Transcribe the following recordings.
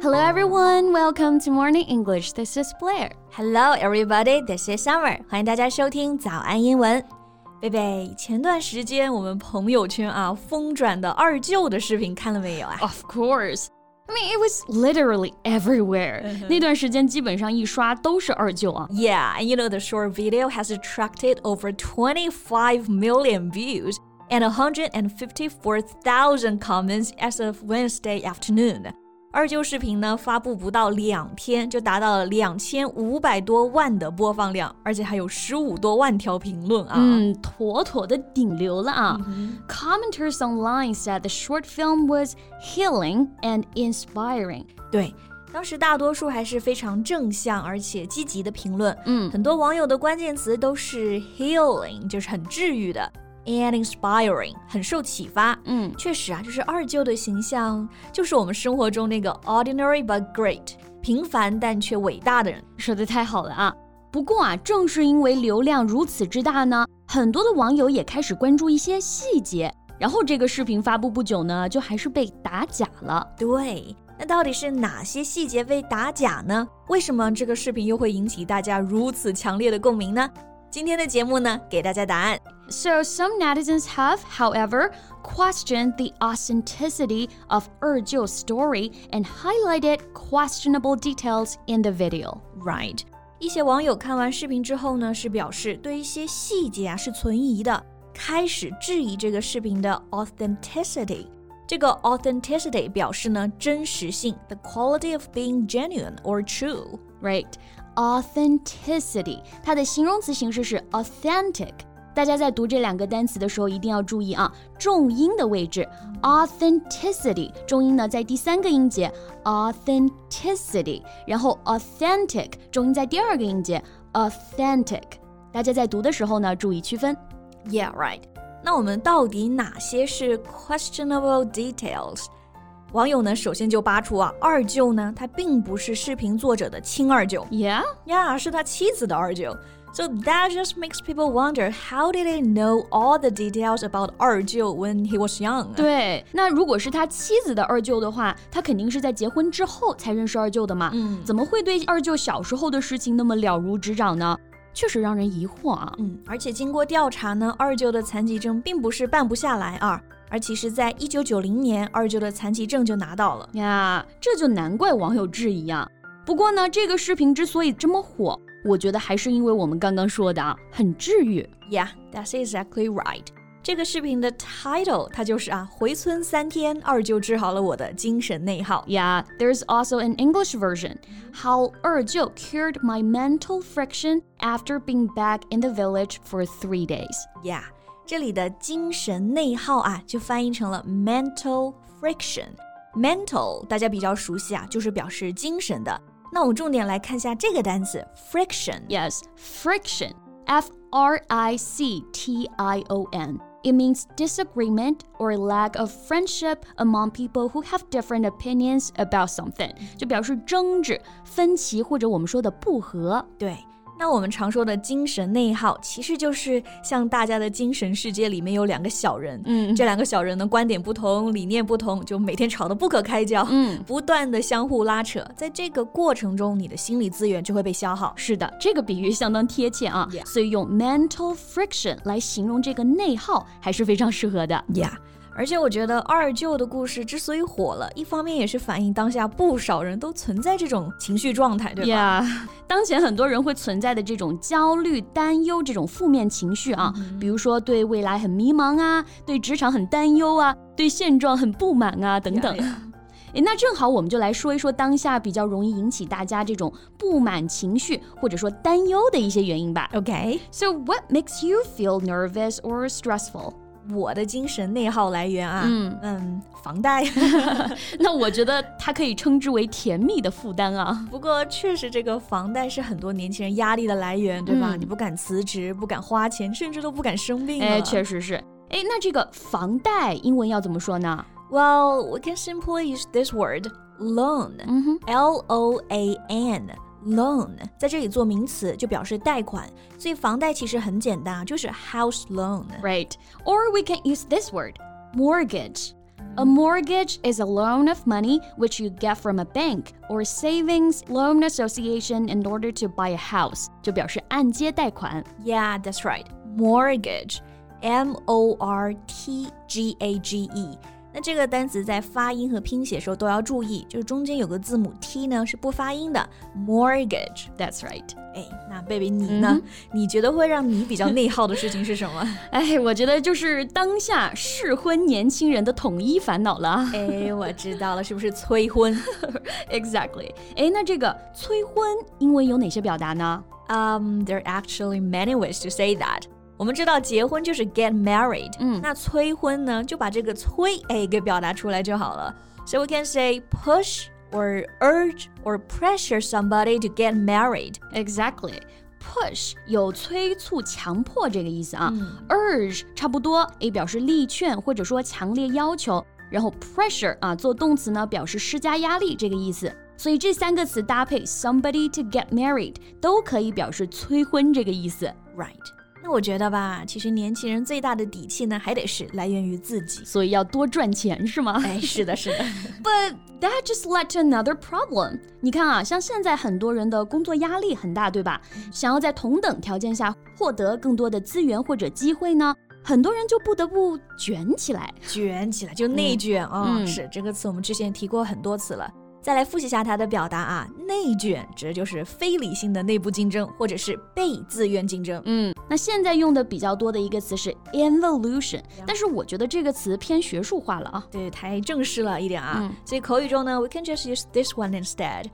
everyone, welcome to Morning English. This is Blair. Hello, everybody. This is Summer. 欢迎大家收听早安英文。贝贝，前段时间我们朋友圈啊疯转的二舅的视频看了没有啊？ Of course. Uh-huh. I mean, it was literally everywhere. 那段时间基本上一刷都是二舅啊。 Yeah, and you know the short video has attracted over 25 million views and 154,000 comments as of Wednesday afternoon. 二舅视频呢发布不到两天就达到了两千五百多万的播放量，而且还有十五多万条评论啊。嗯，妥妥的顶流了啊。Commenters online said the short film was healing and inspiring. 对，当时大多数还是非常正向而且积极的评论。嗯，很多网友的关键词都是 healing，就是很治愈的。And inspiring，很受启发。嗯，确实啊，就是二舅的形象，就是我们生活中那个 ordinary but great，平凡但却伟大的人。说的太好了啊！不过啊，正是因为流量如此之大呢，很多的网友也开始关注一些细节。然后这个视频发布不久呢，就还是被打假了。对，那到底是哪些细节被打假呢？为什么这个视频又会引起大家如此强烈的共鸣呢？今天的节目呢，给大家答案。 So some netizens have, however, questioned the authenticity of Erjo's story and highlighted questionable details in the video. Right，一些网友看完视频之后呢，是表示对一些细节啊是存疑的，开始质疑这个视频的 authenticity。这个 authenticity 表示呢真实性，the quality of being genuine or true。 Right, authenticity，它的形容词形式是 authentic。大家在读这两个单词的时候一定要注意啊，重音的位置，authenticity，重音呢在第三个音节，authenticity，然后 authentic，重音在第二个音节，authentic。大家在读的时候呢，注意区分。 Yeah, right。那我们到底哪些是 questionable details？网友呢，首先就扒出啊，二舅呢，他并不是视频作者的亲二舅， Yeah。呀，是他妻子的二舅。So that just makes people wonder how did they know all the details about 二舅 when he was young？对，那如果是他妻子的二舅的话，他肯定是在结婚之后才认识二舅的嘛，嗯怎么会对二舅小时候的事情那么了如指掌呢？确实让人疑惑啊。嗯，而且经过调查呢，二舅的残疾证并不是办不下来啊，而其实在一九九零年，二舅的残疾证就拿到了。呀，这就难怪网友质疑啊。不过呢，这个视频之所以这么火，我觉得还是因为我们刚刚说的啊，很治愈。 Yeah, that's exactly right. 这个视频的 title 它就是啊，回村三天，二舅治好了我的精神内耗。 Yeah, there's also an English version. How Erjo cured my mental friction after being back in the village for three days. Yeah，这里的精神内耗啊，就翻译成了 mental friction。mental 大家比较熟悉啊，就是表示精神的。那我们重点来看一下这个单词 friction。 Yes, friction. F R I C T I O N. It means disagreement or lack of friendship among people who have different opinions about something. 就表示争执、分歧或者我们说的不和。对，那我们常说的精神内耗，其实就是像大家的精神世界里面有两个小人，嗯这两个小人呢观点不同，理念不同，就每天吵得不可开交，嗯，不断的相互拉扯，在这个过程中，你的心理资源就会被消耗。是的，这个比喻相当贴切啊 Yeah. 所以用 mental friction 来形容这个内耗还是非常适合的。呀、而且我觉得二舅的故事之所以火了，一方面也是反映当下不少人都存在这种情绪状态，对吧 Yeah，当前很多人会存在的这种焦虑、担忧这种负面情绪啊，嗯比如说对未来很迷茫啊，对职场很担忧啊，对现状很不满啊，等等。 Yeah, yeah. 诶那正好我们就来说一说当下比较容易引起大家这种不满情绪或者说担忧的一些原因吧。 OK， So what makes you feel nervous or stressful？我的精神内耗来源啊，嗯嗯，房贷。那我觉得它可以称之为甜蜜的负担啊。不过，确实这个房贷是很多年轻人压力的来源，对吧？嗯你不敢辞职，不敢花钱，甚至都不敢生病了。哎，确实是。哎，那这个房贷英文要怎么说呢？ Well, we can simply use this word loan, 嗯哼。 L O A N. Loan 在这里做名词就表示贷款，所以房贷其实很简单，就是 house loan。 Right. Or we can use this word, mortgage. A mortgage is a loan of money which you get from a bank or savings loan association in order to buy a house，就表示按揭贷款。 Yeah, that's right. Mortgage, M O R T G A G E。那这个单词在发音和拼写时候都要注意，就是中间有个字母 t 呢是不发音的。Mortgage， That's right。 哎，那贝贝你呢？你觉得会让你比较内耗的事情是什么？哎，我觉得就是当下适婚年轻人的统一烦恼了 啊。 哎，我知道了，是不是催 婚？ Exactly。哎，那这个催婚英文有哪些表达呢？ Um, there are actually many ways to say that. 我们知道结婚就是 get married，嗯那催婚呢就把这个催哎给表达出来就好了。So we can say push or urge or pressure somebody to get married. Exactly. Push 有催促、强迫这个意思啊、u r g e 差不多，也表示力劝或者说强烈要求。然后 pressure 啊，做动词呢表示施加压力这个意思。所以这三个词搭配 somebody to get married 都可以表示催婚这个意思。。Right. 那我觉得吧，其实年轻人最大的底气呢，还得是来源于自 己所以要多赚钱是吗？哎，是的，是的。 But that just led to another problem. 你看啊，像现在很多人的工作压力很大，对吧？想要在同等条件下获得更多的资源或者机会呢，很多人就不得不卷起来。卷起来，就内卷啊、嗯是这个词，我们之前提过很多次了。再来复习一下它的表达啊，内卷指的就是非理性的内部竞争，或者是被自愿竞争。嗯，那现在用的比较多的一个词是 evolution，但是我觉得这个词偏学术化了啊。对，太正式了一点啊。嗯所以口语中呢，we can just use this one instead.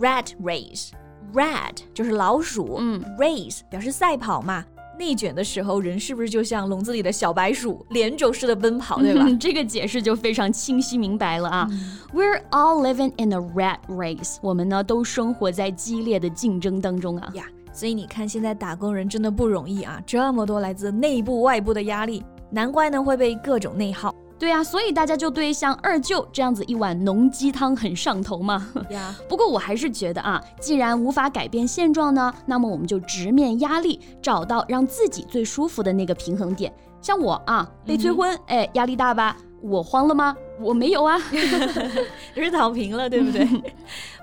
Rat race. Rat 就是老鼠，嗯，race 表示赛跑嘛。内卷的时候，人是不是就像笼子里的小白鼠，连轴式的奔跑，对吧？嗯嗯 这个解释就非常清晰明白了啊。We're all living in a rat race，我们呢都生活在激烈的竞争当中啊。呀所以你看，现在打工人真的不容易啊，这么多来自内部、外部的压力，难怪呢会被各种内耗对啊，所以大家就对像二舅这样子一碗浓鸡汤很上头嘛。 呀。不过我还是觉得啊，既然无法改变现状呢，那么我们就直面压力，找到让自己最舒服的那个平衡点。像我啊，被催婚，哎，压力大吧？我慌了吗？我没有啊。 就是躺平了，对不对？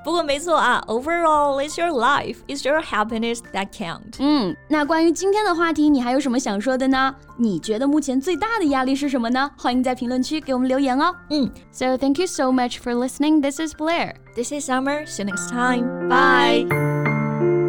不过没错啊，Overall, it's your life, it's your happiness that count. 嗯，那关于今天的话题，你还有什么想说的呢？你觉得目前最大的压力是什么呢？欢迎在评论区给我们留言哦。嗯，So thank you so much for listening. This is Blair. This is summer. See you next time. Bye. Bye.